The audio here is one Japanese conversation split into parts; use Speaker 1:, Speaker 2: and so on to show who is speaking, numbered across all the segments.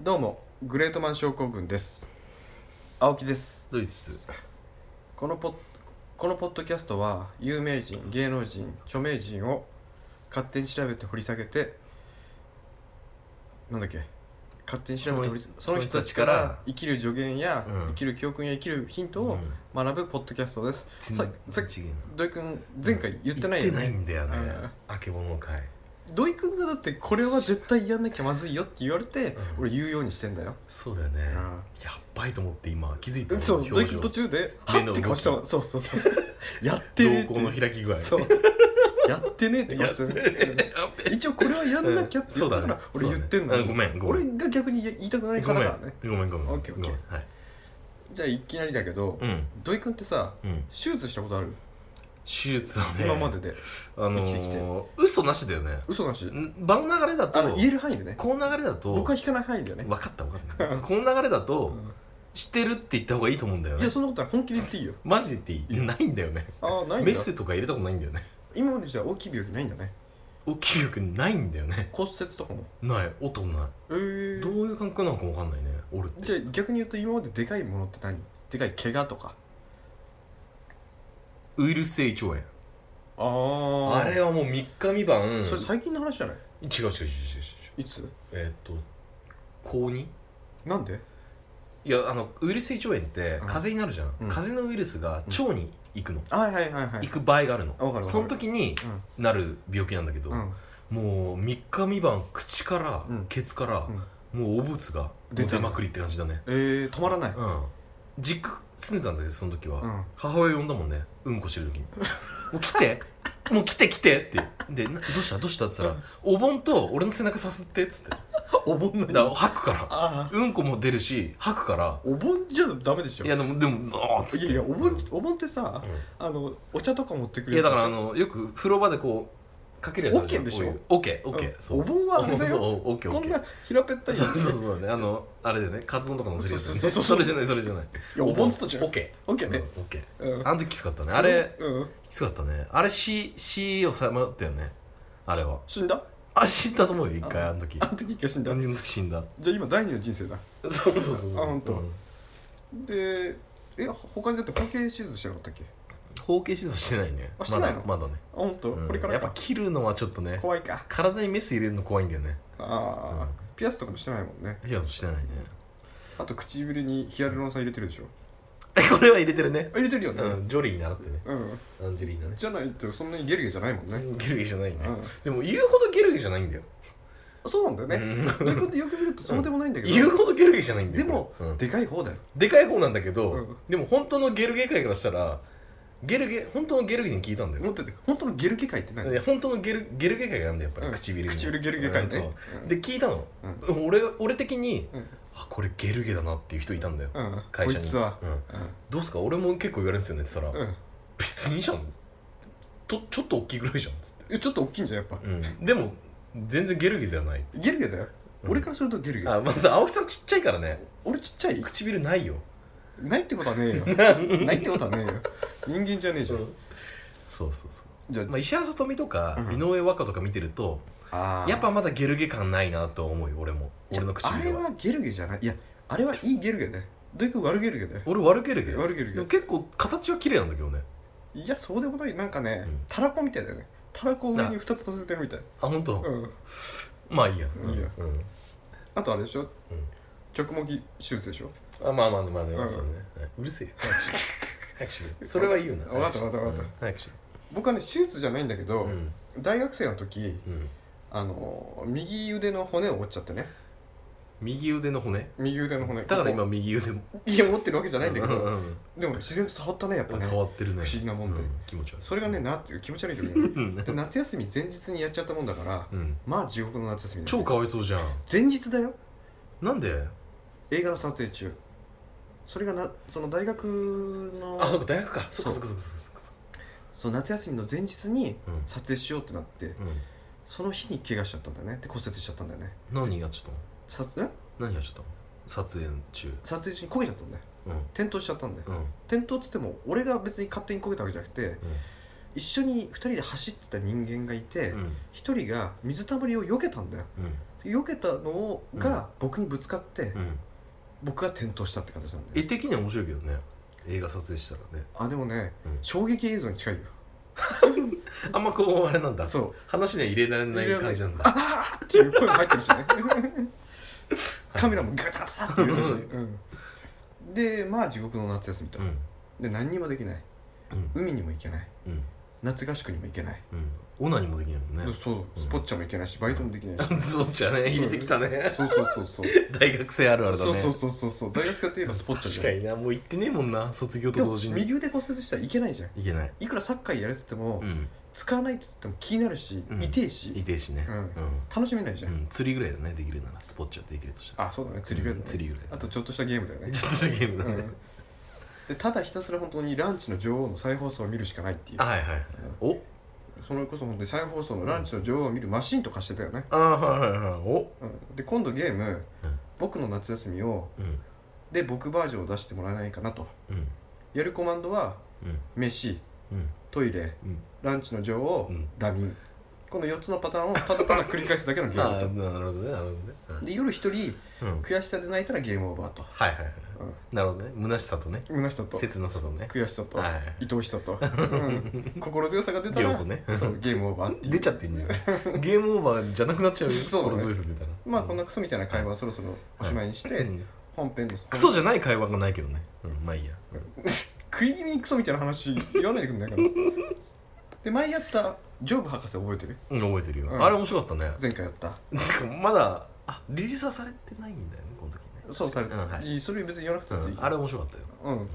Speaker 1: どうもグレートマン症候群です青木です
Speaker 2: ドイツ
Speaker 1: このポッこのポッドキャストは有名人芸能人著名人を勝手に調べて掘り下げてなんだっけ勝手に調べて掘り
Speaker 2: その人
Speaker 1: その人たちから
Speaker 2: その人たちから
Speaker 1: 生きる助言や、
Speaker 2: うん
Speaker 1: 生きる教訓や生きるヒント
Speaker 2: う
Speaker 1: を
Speaker 2: ん
Speaker 1: 学ぶポッドキャストです、
Speaker 2: 全
Speaker 1: さ
Speaker 2: 然
Speaker 1: さっき
Speaker 2: 違えな
Speaker 1: 土井くん前回言ってない
Speaker 2: 言
Speaker 1: よ
Speaker 2: ってない
Speaker 1: ね
Speaker 2: んだよね
Speaker 1: うん
Speaker 2: あけぼの会
Speaker 1: 土井くんがだってこれは絶対やんなきゃまずいよって言われて、
Speaker 2: うん
Speaker 1: 俺言うようにしてんだよ、
Speaker 2: そうだよねや
Speaker 1: ん
Speaker 2: ばいと思って今気づいた
Speaker 1: そう
Speaker 2: 表
Speaker 1: 大
Speaker 2: 情
Speaker 1: 吉途中で「は
Speaker 2: 目
Speaker 1: っ!」
Speaker 2: の動き
Speaker 1: て顔したわそうそうそうそう やってねえって
Speaker 2: 瞳孔の開き具合
Speaker 1: そうやってねえって顔してるうん一応これはやんなきゃって言ったか
Speaker 2: う
Speaker 1: ら
Speaker 2: んそう
Speaker 1: 俺
Speaker 2: だね
Speaker 1: 言ってんの
Speaker 2: そうだねあごめんごめ
Speaker 1: 俺
Speaker 2: ん
Speaker 1: が逆に言いたくない
Speaker 2: ご
Speaker 1: 方
Speaker 2: め
Speaker 1: だから
Speaker 2: ん
Speaker 1: ね
Speaker 2: ごめんごめんごめ
Speaker 1: オ
Speaker 2: ん
Speaker 1: ッケーオッケー
Speaker 2: はい
Speaker 1: じゃあいきなりだけど
Speaker 2: うん
Speaker 1: 土井くんってさ
Speaker 2: うん
Speaker 1: 手術したことある
Speaker 2: 手術をね
Speaker 1: 今までで
Speaker 2: あの
Speaker 1: 生きてき
Speaker 2: ー嘘なしだよね
Speaker 1: 嘘なし
Speaker 2: ん場の流れだ
Speaker 1: あの
Speaker 2: と
Speaker 1: 言える範囲でね
Speaker 2: この流れだと
Speaker 1: 僕は引かない範囲だよね
Speaker 2: 分かった分か ったこの流れだ
Speaker 1: う
Speaker 2: としてるって言った方がいいと思うんだよ
Speaker 1: んい
Speaker 2: ね
Speaker 1: やそんなことは本気で言っていいよ
Speaker 2: マジで言ってい
Speaker 1: い
Speaker 2: い
Speaker 1: い
Speaker 2: ないんだよね
Speaker 1: ああないん
Speaker 2: メ
Speaker 1: だ
Speaker 2: スとか入れたことないんだよね
Speaker 1: 今までじゃあ大きい病気ないんだね
Speaker 2: 大きいよくないんだよね
Speaker 1: 骨折とかも
Speaker 2: ない音もない
Speaker 1: ええ
Speaker 2: どういう感覚なのかわかんないね俺って
Speaker 1: じゃあ逆に言うと今まででかいものって何でかい怪我とか
Speaker 2: ウイルス性胃腸炎
Speaker 1: ああ
Speaker 2: あれはもう3日三晩違う違う
Speaker 1: それ最近の話じゃない
Speaker 2: 違う違う違う違う
Speaker 1: いつ
Speaker 2: えーっと高 2?
Speaker 1: なんで
Speaker 2: いやあのウイルス性胃腸炎って風邪になるじゃん、
Speaker 1: うん
Speaker 2: 風邪のウイルスが腸に行くの、
Speaker 1: あはいはいはいは
Speaker 2: 行く場合があるの
Speaker 1: あわかるわかる
Speaker 2: その時になる病気なんだけど、
Speaker 1: うんうん
Speaker 2: もう3日三晩口から、
Speaker 1: うん
Speaker 2: ケツから
Speaker 1: う、ん
Speaker 2: もうお物が
Speaker 1: 出
Speaker 2: 出
Speaker 1: てる
Speaker 2: まくりって感じだね
Speaker 1: えー、止まら ない
Speaker 2: うん実家住んでたんだけどその時は、
Speaker 1: うん
Speaker 2: 母親呼んだもんねうんこしてる 時に「もう来てもう来て来て」ってでな「どうしたどうした?」って言ったら「お盆と俺の背中さすって」っつってだか
Speaker 1: お盆ない
Speaker 2: ら吐くから
Speaker 1: ああ
Speaker 2: うんこも出るし吐くから
Speaker 1: お盆じゃダメでしょ
Speaker 2: いやでもでもあーっつっ
Speaker 1: い
Speaker 2: て
Speaker 1: やいやお
Speaker 2: う
Speaker 1: 盆
Speaker 2: ん
Speaker 1: お盆ってさあのお茶とか持ってく
Speaker 2: い
Speaker 1: れる
Speaker 2: やだからあのよく風呂場でこうかけるやつあるじゃん
Speaker 1: オッケーでしょ
Speaker 2: オッケーオッケーそう
Speaker 1: お盆はあれだよ
Speaker 2: そうオッケーオ
Speaker 1: こ
Speaker 2: ッ
Speaker 1: ん
Speaker 2: ケー
Speaker 1: な平べったい
Speaker 2: そうそう
Speaker 1: う
Speaker 2: そうねあのあれでねカツ丼とかのせるやつね
Speaker 1: そうそうそうそう
Speaker 2: それじゃないそれじゃない
Speaker 1: いやお盆っつったじゃん
Speaker 2: オッケ
Speaker 1: オッケー
Speaker 2: ーうん
Speaker 1: ね
Speaker 2: オッケー
Speaker 1: うん
Speaker 2: あの時きつかったねあれ
Speaker 1: うん
Speaker 2: きつかったねあれ C, C をさまよったよねあれは
Speaker 1: 死んだ
Speaker 2: あ死んだと思うよ一回あの時
Speaker 1: あ
Speaker 2: あ
Speaker 1: の時一回死んだ
Speaker 2: の時死んだ
Speaker 1: じゃあ今第二の人生だ
Speaker 2: そうそうそうそう
Speaker 1: あ本当
Speaker 2: うん
Speaker 1: でえ他にだって包茎手術してなかったっけ
Speaker 2: 包茎手術してないね
Speaker 1: あしてないの
Speaker 2: まだまだね、
Speaker 1: あ本当、
Speaker 2: うん
Speaker 1: これから
Speaker 2: やっ
Speaker 1: か
Speaker 2: ぱ切るのはちょっとね
Speaker 1: 怖いか
Speaker 2: 体にメス入れるの怖いんだよね
Speaker 1: ああ、
Speaker 2: うん
Speaker 1: ピアスとかもしてないもんね
Speaker 2: いやしてないね
Speaker 1: あと唇にヒアルロン酸入れてるでしょ
Speaker 2: えこれは入れてるね
Speaker 1: あ入れてるよね
Speaker 2: うんジョリーに習ってね
Speaker 1: うん、
Speaker 2: アンジェリーナね
Speaker 1: じゃないとそんなにゲルゲじゃないもんね、
Speaker 2: ゲルゲじゃないね、
Speaker 1: うん
Speaker 2: でも言うほどゲルゲじゃないんだよ、
Speaker 1: そうなんだよね
Speaker 2: う
Speaker 1: 自分でよく見るとそうでもないんだけ
Speaker 2: 言う
Speaker 1: ど、
Speaker 2: ほどゲルゲじゃないんだ
Speaker 1: で
Speaker 2: よ
Speaker 1: も、
Speaker 2: これうん
Speaker 1: でかい方だよ
Speaker 2: でかい方なんだけど、
Speaker 1: うん
Speaker 2: でも本当のゲルゲ界からしたらゲルゲ本当のゲルゲに聞いたんだ
Speaker 1: 持
Speaker 2: よ、
Speaker 1: ってて本当のゲルゲ界って何
Speaker 2: いや本当のゲルゲルゲ界があるんだよやっぱり、
Speaker 1: うん
Speaker 2: 唇に
Speaker 1: 唇ゲルゲ界ね
Speaker 2: そう
Speaker 1: うん
Speaker 2: で聞いたの、俺俺的に、
Speaker 1: うん
Speaker 2: あこれゲルゲだなっていう人いたんだよ、
Speaker 1: うん
Speaker 2: 会社に
Speaker 1: こいつは
Speaker 2: うん
Speaker 1: う
Speaker 2: どうすか俺も結構言われるんですよねって言った
Speaker 1: ん、
Speaker 2: ら、
Speaker 1: うん
Speaker 2: 別にいいじゃんとちょっと大きいぐらいじゃんっつって、
Speaker 1: え、ちょっと大きいんじゃんやっぱ、
Speaker 2: うん、でも全然ゲルゲではない
Speaker 1: ゲルゲだよ、
Speaker 2: うん
Speaker 1: 俺からするとゲルゲ
Speaker 2: あまず青木さんちっちゃいからね
Speaker 1: 俺ちっちゃい
Speaker 2: 唇ないよ
Speaker 1: ないってことはねえよ ないってことはねえよ人間じゃねえじゃん、
Speaker 2: そうそうそう
Speaker 1: じゃ
Speaker 2: まあ、石原さとみとか、
Speaker 1: うん
Speaker 2: 井上和歌とか見てると
Speaker 1: ああー
Speaker 2: やっぱまだゲルゲ感ないなと思うよ俺も俺の
Speaker 1: あれ
Speaker 2: 唇は
Speaker 1: はゲルゲじゃないいやあれはいいゲルゲだよどういう悪ゲルゲだよ
Speaker 2: 俺悪ゲルゲ
Speaker 1: 悪ゲルゲ
Speaker 2: でも結構形は綺麗なんだけどね
Speaker 1: いやそうでもないなんかね、
Speaker 2: うん
Speaker 1: たらこみたいだよねたらこを上に2つ乗せてるみたい
Speaker 2: あ本
Speaker 1: う
Speaker 2: 当、
Speaker 1: ん
Speaker 2: まあいいや
Speaker 1: いいや
Speaker 2: うん、
Speaker 1: あとあれでしょ直毛器手術でしょ
Speaker 2: あまあまあまあね、
Speaker 1: うん
Speaker 2: そうねはいうるせえよ早くしろそれは言うな
Speaker 1: わかったわかったわかった
Speaker 2: 早くし
Speaker 1: 僕はね手術じゃないんだけど、
Speaker 2: ろうん
Speaker 1: 大学生の時
Speaker 2: うん
Speaker 1: あの右腕の骨を折っちゃってね
Speaker 2: 右腕の骨
Speaker 1: 右腕の骨
Speaker 2: だから今
Speaker 1: こ
Speaker 2: 右腕も
Speaker 1: こいや持ってるわけじゃないんだけ
Speaker 2: う
Speaker 1: ど
Speaker 2: んうん
Speaker 1: でも自然と触ったねやっ
Speaker 2: う
Speaker 1: ぱ
Speaker 2: ん
Speaker 1: ね
Speaker 2: 触ってるね
Speaker 1: 不思議なもんで
Speaker 2: うん気持ち悪い
Speaker 1: それがねなっていう気持ち悪いけどね
Speaker 2: うん
Speaker 1: で夏休み前日にやっちゃったもんだから
Speaker 2: うん
Speaker 1: まあ地獄の夏休みだね
Speaker 2: 超かわいそうじゃん
Speaker 1: 前日だよ
Speaker 2: なんで
Speaker 1: 映画の撮影中それがなその大学の
Speaker 2: あそっか大学かそ
Speaker 1: そ
Speaker 2: っ
Speaker 1: う
Speaker 2: かそっかそっかそっかそっか
Speaker 1: その夏休みの前日に
Speaker 2: うん
Speaker 1: 撮影しようってなって、
Speaker 2: うん
Speaker 1: その日に怪我しちゃったんだよねで骨折しちゃったんだよね
Speaker 2: 何やっちゃった
Speaker 1: 撮
Speaker 2: の
Speaker 1: え
Speaker 2: 何やっちゃったの撮影中
Speaker 1: 撮影中に焦げちゃったんだよ
Speaker 2: うん
Speaker 1: 転倒しちゃったんだよ、
Speaker 2: うん
Speaker 1: 転倒っつっても俺が別に勝手に焦げたわけじゃなくて一緒に2人で走ってた人間がいて、
Speaker 2: うん
Speaker 1: 1人が水たまりを避けたんだよ
Speaker 2: うん
Speaker 1: 避けたのを
Speaker 2: うん
Speaker 1: が僕にぶつかって、
Speaker 2: うん
Speaker 1: 僕が転倒したって形なん
Speaker 2: 絵
Speaker 1: で
Speaker 2: 的には面白いけどね映画撮影したらね
Speaker 1: あでもね、
Speaker 2: うん
Speaker 1: 衝撃映像に近いよ
Speaker 2: あんまこうあれなんだ
Speaker 1: そう
Speaker 2: 話には入れられない感じなんだ
Speaker 1: あっていう声が入ってるしねカメラ
Speaker 2: も
Speaker 1: もガタガタって言うし、うん でまあ地獄の夏休みと、
Speaker 2: うん
Speaker 1: で何にもできない
Speaker 2: うん
Speaker 1: 海にも行けない
Speaker 2: うん
Speaker 1: 夏合宿にも行けない、
Speaker 2: うんオナにもできないもんね
Speaker 1: そう
Speaker 2: うん
Speaker 1: スポッチャも行けないしバイトもできないし、
Speaker 2: ズボッチャね入れてきたね
Speaker 1: そうそうそうそう
Speaker 2: 大学生あるあるだ
Speaker 1: そ
Speaker 2: ね
Speaker 1: うそうそうそうそう大学生といえばスポッチャじ
Speaker 2: 確
Speaker 1: ゃん
Speaker 2: かになもう行ってねえもんな卒業と
Speaker 1: でも
Speaker 2: 同時に
Speaker 1: 右腕骨折したらいけないじゃん
Speaker 2: いけない
Speaker 1: いくらサッカーやれてても、
Speaker 2: うん
Speaker 1: 使わないって言っても気になるし、
Speaker 2: うん
Speaker 1: 痛いし
Speaker 2: 痛えしね
Speaker 1: う
Speaker 2: うんん
Speaker 1: 楽しめないじゃん、
Speaker 2: うん釣りぐらいだねできるならスポッチャできるとしたら
Speaker 1: あそうだね釣り具合だね、
Speaker 2: うん釣りぐらいだ
Speaker 1: あ
Speaker 2: ね
Speaker 1: とちょっとしたゲームだ よね
Speaker 2: ちょっとしたゲームだ
Speaker 1: う
Speaker 2: ね
Speaker 1: んでただひたすら本当にランチの女王の再放送を見るしかないっていう
Speaker 2: あはいはいお
Speaker 1: それこそ本当に再放送のランチの女王を見るマシンとかしてたよね、
Speaker 2: あはいはいはいお
Speaker 1: うん、で今度ゲーム、
Speaker 2: うん
Speaker 1: 僕の夏休みを
Speaker 2: うん
Speaker 1: で僕バージョンを出してもらえないかなと
Speaker 2: うん
Speaker 1: やるコマンドは
Speaker 2: うん
Speaker 1: 飯
Speaker 2: うん
Speaker 1: トイレ
Speaker 2: うん
Speaker 1: ランチの女王、
Speaker 2: うん
Speaker 1: ダミンこの4つのパターンをただただ繰り返すだけのゲ
Speaker 2: ああな
Speaker 1: ー
Speaker 2: る
Speaker 1: ム
Speaker 2: ほどねなるほどね
Speaker 1: とで夜一人
Speaker 2: うんうん
Speaker 1: 悔しさで泣いたらゲームオーバーと
Speaker 2: はいはいはい
Speaker 1: うん
Speaker 2: なるほどね虚しさとね
Speaker 1: 虚しさと
Speaker 2: 切なさとね
Speaker 1: 悔しさと、
Speaker 2: はいはい
Speaker 1: 愛おしさ と、うん心強さが出た
Speaker 2: 両
Speaker 1: ら、
Speaker 2: 方ね
Speaker 1: そうゲームオーバーっていう
Speaker 2: 出ちゃってんじゃん ゲームオーバーじゃなくなっちゃうよ
Speaker 1: そうだね
Speaker 2: 心強いですよ出たら
Speaker 1: まあこんなクソみたいな会話はそろそろおしまいにして、
Speaker 2: うん
Speaker 1: 本編の
Speaker 2: クソじゃない会話がないけどねうんまあいいやうん
Speaker 1: 食い気味にクソみたいな話言わないでくんないかなで前やったジョブ博士覚えてる
Speaker 2: うん覚えてるよ、
Speaker 1: うん
Speaker 2: あれ面白かったね
Speaker 1: 前回やった
Speaker 2: てかまだあリリースはされてないんだよねこの時ね
Speaker 1: そうされて、
Speaker 2: うんはい
Speaker 1: いいそれ別に言わなくたっていい、
Speaker 2: うんあれ面白かったよ
Speaker 1: うん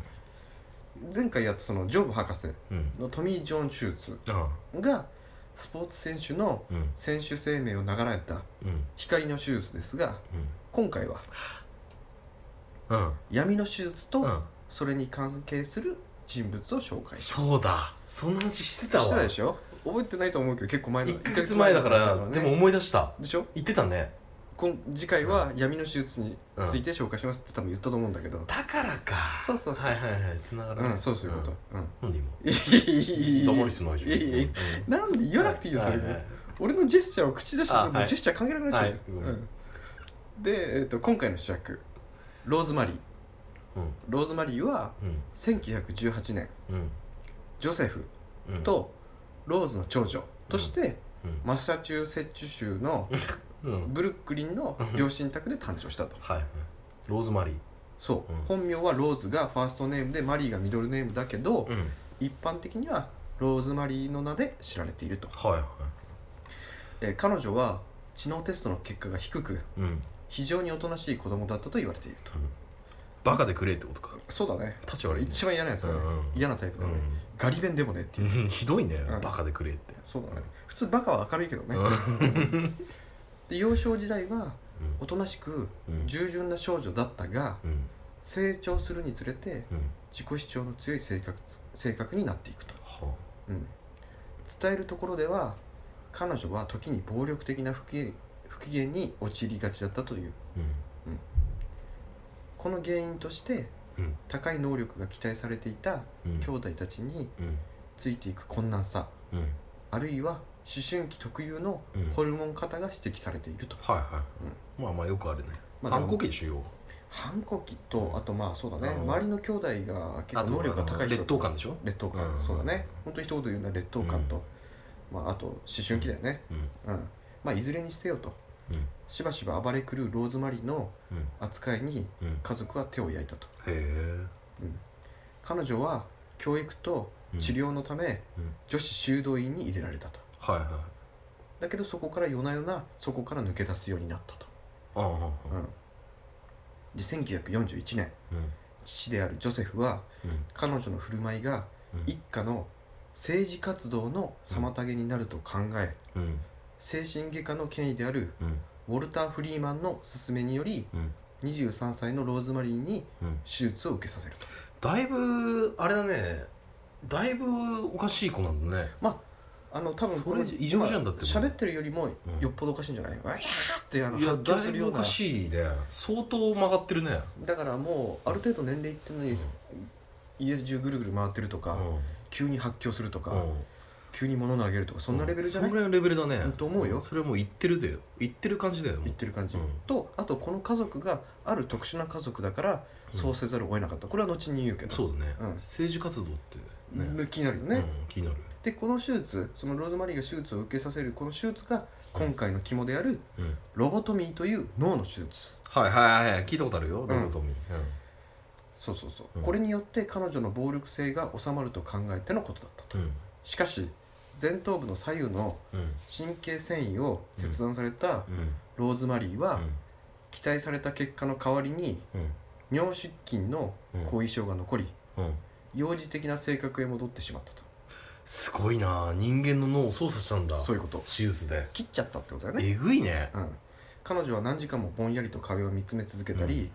Speaker 1: 前回やったそのジョブ博士
Speaker 2: うん
Speaker 1: のトミー・ジョン手術
Speaker 2: あ
Speaker 1: がスポーツ選手の
Speaker 2: うん
Speaker 1: 選手生命を流られた
Speaker 2: うん
Speaker 1: 光の手術ですが今回は
Speaker 2: うんうん
Speaker 1: 闇の手術と
Speaker 2: うん
Speaker 1: それに関係する人物を紹介し
Speaker 2: そうだそんな話してた
Speaker 1: てた
Speaker 2: わ
Speaker 1: でしょ覚えてないと思うけど結構前の
Speaker 2: 1ヶ月前だから
Speaker 1: ね
Speaker 2: でも思い出した
Speaker 1: でしょ
Speaker 2: 言ってたね
Speaker 1: 今次回は闇の手術について紹介しますって多分言ったと思うんだけど、
Speaker 2: だからか
Speaker 1: そうそうそう
Speaker 2: はいはいはい繋がら
Speaker 1: う、
Speaker 2: なんい
Speaker 1: そうそういうこと、うん
Speaker 2: なんで今
Speaker 1: いいいいいい
Speaker 2: 黙りすんの大丈夫
Speaker 1: いいいいなんで言わなくていいよそれ、
Speaker 2: はいはい
Speaker 1: 俺のジェスチャーを口出して
Speaker 2: あ
Speaker 1: も
Speaker 2: は
Speaker 1: う
Speaker 2: い
Speaker 1: ジェスチャー関係なくなっちゃうよ、
Speaker 2: はいごめん
Speaker 1: うんで、えっと今回の主役ローズマリー
Speaker 2: うん
Speaker 1: ローズマリーは
Speaker 2: うん
Speaker 1: 1918年
Speaker 2: うん
Speaker 1: ジョセフ
Speaker 2: うん
Speaker 1: とローズの長女として、
Speaker 2: うん
Speaker 1: マサチューセッツ州の
Speaker 2: うん
Speaker 1: ブルックリンの両親宅で誕生したと
Speaker 2: はいローズマリー
Speaker 1: そう、
Speaker 2: うん
Speaker 1: 本名はローズがファーストネームでマリーがミドルネームだけど、
Speaker 2: うん
Speaker 1: 一般的にはローズマリーの名で知られていると、
Speaker 2: はいは
Speaker 1: えー彼女は知能テストの結果が低く
Speaker 2: いうん
Speaker 1: 非常におとなしい子供だったと言われていると
Speaker 2: バカでくれってことか
Speaker 1: そうだね
Speaker 2: 立ち悪いね
Speaker 1: 一番嫌なやつだね、
Speaker 2: うんうん
Speaker 1: 嫌なタイプだね、ガリ弁でもねっていう、
Speaker 2: うんひどいね
Speaker 1: うん
Speaker 2: バカでくれって
Speaker 1: そうだね普通バカは明るいけどね、
Speaker 2: うん
Speaker 1: で幼少時代はおとなしく
Speaker 2: うん
Speaker 1: 従順な少女だったが
Speaker 2: うん
Speaker 1: 成長するにつれて
Speaker 2: うん
Speaker 1: 自己主張の強い性格性格になっていくと
Speaker 2: は
Speaker 1: うん、伝えるところでは彼女は時に暴力的な不機不機嫌に陥りがちだったという
Speaker 2: あうん
Speaker 1: この原因として、
Speaker 2: うん
Speaker 1: 高い能力が期待されていた
Speaker 2: うん
Speaker 1: 兄弟たちに
Speaker 2: うん
Speaker 1: ついていく困難さ
Speaker 2: うんうん
Speaker 1: あるいは思春期特有の
Speaker 2: うん
Speaker 1: ホルモン型が指摘されていると、
Speaker 2: はいはいまあまあよくあるね
Speaker 1: まあ
Speaker 2: 反抗期でしょ要は
Speaker 1: 反抗期とあとまあそうだね
Speaker 2: うん
Speaker 1: 周りの兄弟が結
Speaker 2: あ
Speaker 1: 構
Speaker 2: と
Speaker 1: 能力が高い人
Speaker 2: 劣等感でしょ
Speaker 1: 劣等感、
Speaker 2: うん
Speaker 1: そうだね本当に一言で言うなら劣等感と、まあ、あと思春期だよね
Speaker 2: うん
Speaker 1: うんまあいずれにせよと
Speaker 2: うん
Speaker 1: しばしば暴れ狂うローズマリーの
Speaker 2: うん
Speaker 1: 扱いに
Speaker 2: うん
Speaker 1: 家族は手を焼いたと
Speaker 2: へえ
Speaker 1: 彼女は教育と治療のため、
Speaker 2: うん
Speaker 1: 女子修道院に入れられたと
Speaker 2: はいはい
Speaker 1: だけどそこから夜な夜なそこから抜け出すようになったと、
Speaker 2: ああ
Speaker 1: うんで1941年
Speaker 2: うん
Speaker 1: 父であるジョセフは
Speaker 2: うん
Speaker 1: 彼女の振る舞いが
Speaker 2: うん
Speaker 1: 一家の政治活動の妨げになると考え
Speaker 2: うん
Speaker 1: 精神外科の権威である
Speaker 2: うん
Speaker 1: ウォルター・フリーマンの勧めにより
Speaker 2: うん
Speaker 1: 23歳のローズマリーに
Speaker 2: うん
Speaker 1: 手術を受けさせると
Speaker 2: だいぶあれだねだいぶおかしい子なんだね
Speaker 1: あの多分
Speaker 2: それ異常じゃんだってもう
Speaker 1: 喋ってるよりも
Speaker 2: うん
Speaker 1: よっぽどおかしいんじゃない、うわーってあの
Speaker 2: いや
Speaker 1: 発狂
Speaker 2: だ
Speaker 1: す
Speaker 2: い
Speaker 1: るよ
Speaker 2: ぶ
Speaker 1: う
Speaker 2: お
Speaker 1: な
Speaker 2: かしいね相当曲がってるね
Speaker 1: だからもうある程度年齢いってるのに、
Speaker 2: うん
Speaker 1: 家中ぐるぐる回ってるとか、
Speaker 2: うん
Speaker 1: 急に発狂するとか、
Speaker 2: うん
Speaker 1: 急に物投げるとかそんなレベルじゃない、
Speaker 2: そんぐらいのレベルだね
Speaker 1: と思うよ
Speaker 2: それはもう言ってるだよ言ってる感じだよもう
Speaker 1: 言ってる感じ、
Speaker 2: うん
Speaker 1: とあとこの家族がある特殊な家族だから
Speaker 2: うん
Speaker 1: そうせざるを得なかったこれは後に言うけど
Speaker 2: そうだね、
Speaker 1: うん
Speaker 2: 政治活動ってね
Speaker 1: ね気になるよね、
Speaker 2: うん、気になる、
Speaker 1: でこの手術そのローズマリーが手術を受けさせるこの手術が今回の肝である
Speaker 2: うん、
Speaker 1: ロボトミーという脳の手術
Speaker 2: はいはいはい聞いたことあるよロボトミー、うん
Speaker 1: そうそうそう、
Speaker 2: うん
Speaker 1: これによって彼女の暴力性が収まると考えてのことだったと、
Speaker 2: うん
Speaker 1: しかし前頭部の左右の
Speaker 2: うん
Speaker 1: 神経繊維を切断された
Speaker 2: うん
Speaker 1: ローズマリーは期待された結果の代わりに尿失禁の後遺症が残り
Speaker 2: うんうん
Speaker 1: 幼児的な性格へ戻ってしまったと
Speaker 2: すごいなあ人間の脳を操作したんだ
Speaker 1: そういうこと
Speaker 2: 手術で
Speaker 1: 切っちゃったってことだよね、
Speaker 2: えぐいね
Speaker 1: うん、彼女は何時間もぼんやりと壁を見つめ続けたり、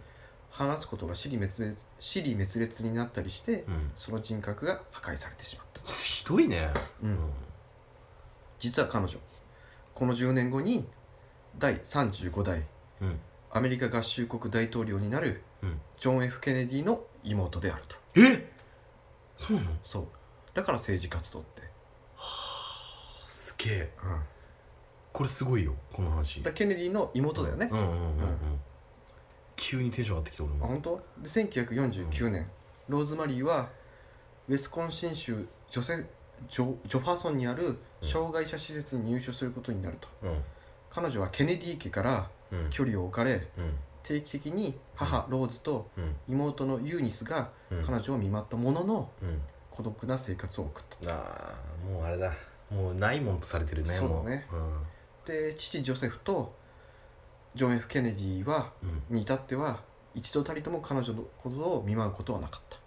Speaker 1: 話すことが尻滅裂尻滅裂になったりして、
Speaker 2: うん
Speaker 1: その人格が破壊されてしまったと、
Speaker 2: ひどいね
Speaker 1: う、
Speaker 2: うん
Speaker 1: 実は彼女この10年後に第35代
Speaker 2: うん
Speaker 1: アメリカ合衆国大統領になる
Speaker 2: うん
Speaker 1: ジョン・ F ・ケネディの妹であると
Speaker 2: えそうなの
Speaker 1: そうだから政治活動って、
Speaker 2: すげえ
Speaker 1: うん、だか
Speaker 2: これすごいよこの話
Speaker 1: らケネディの妹だよね、
Speaker 2: うんうんうんうんう
Speaker 1: うん
Speaker 2: ん急にテンション上がってきた俺
Speaker 1: あ
Speaker 2: も
Speaker 1: 本当で1949年、ローズマリーはウェスコンシン州ジョセジョジョファーソンにある障害者施設に入所することになると、
Speaker 2: うん
Speaker 1: 彼女はケネディ家から
Speaker 2: うん
Speaker 1: 距離を置かれ
Speaker 2: うん
Speaker 1: 定期的に母、ローズと
Speaker 2: うん
Speaker 1: 妹のユーニスが
Speaker 2: うん
Speaker 1: 彼女を見舞ったものの
Speaker 2: うん
Speaker 1: 孤独な生活を送った
Speaker 2: ああもうあれだもうないもんとされてるね
Speaker 1: そうだ
Speaker 2: も
Speaker 1: ね
Speaker 2: うん
Speaker 1: で父ジョセフとジョン・ F ・ケネディは
Speaker 2: うん
Speaker 1: に至っては一度たりとも彼女のことを見舞うことはなかった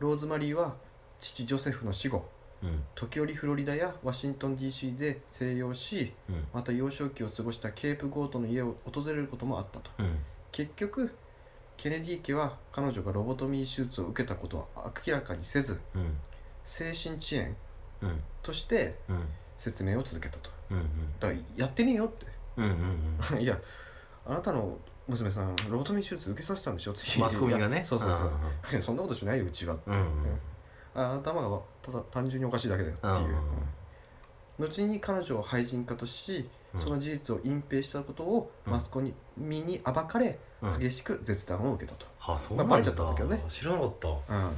Speaker 1: ローズマリーは父ジョセフの死後
Speaker 2: うんうん
Speaker 1: 時折フロリダやワシントン DC で静養し
Speaker 2: うん
Speaker 1: また幼少期を過ごしたケープゴートの家を訪れることもあったと
Speaker 2: うん
Speaker 1: 結局ケネディ家は彼女がロボトミー手術を受けたことは明らかにせず
Speaker 2: うん
Speaker 1: 精神遅延
Speaker 2: うん
Speaker 1: として
Speaker 2: うん
Speaker 1: 説明を続けたと
Speaker 2: うん
Speaker 1: だからやってねえよっ
Speaker 2: うんうんうん
Speaker 1: て いやあなたの娘さんロボトミー手術受けさせたんでしょって
Speaker 2: マスコミが
Speaker 1: い
Speaker 2: ね
Speaker 1: やそうそう そうそんなことしないようちはって、
Speaker 2: うんうん
Speaker 1: あ頭がただ単純におかしいだけだよって
Speaker 2: うんうん
Speaker 1: いう、後に彼女を廃人化とし、
Speaker 2: うん
Speaker 1: その事実を隠蔽したことを
Speaker 2: うん
Speaker 1: マスコミに暴かれ、
Speaker 2: うんうん
Speaker 1: 激しく絶談を受けたと、
Speaker 2: あそうなん
Speaker 1: まあバレちゃったんだけどね
Speaker 2: 知らなかったう
Speaker 1: うん
Speaker 2: んも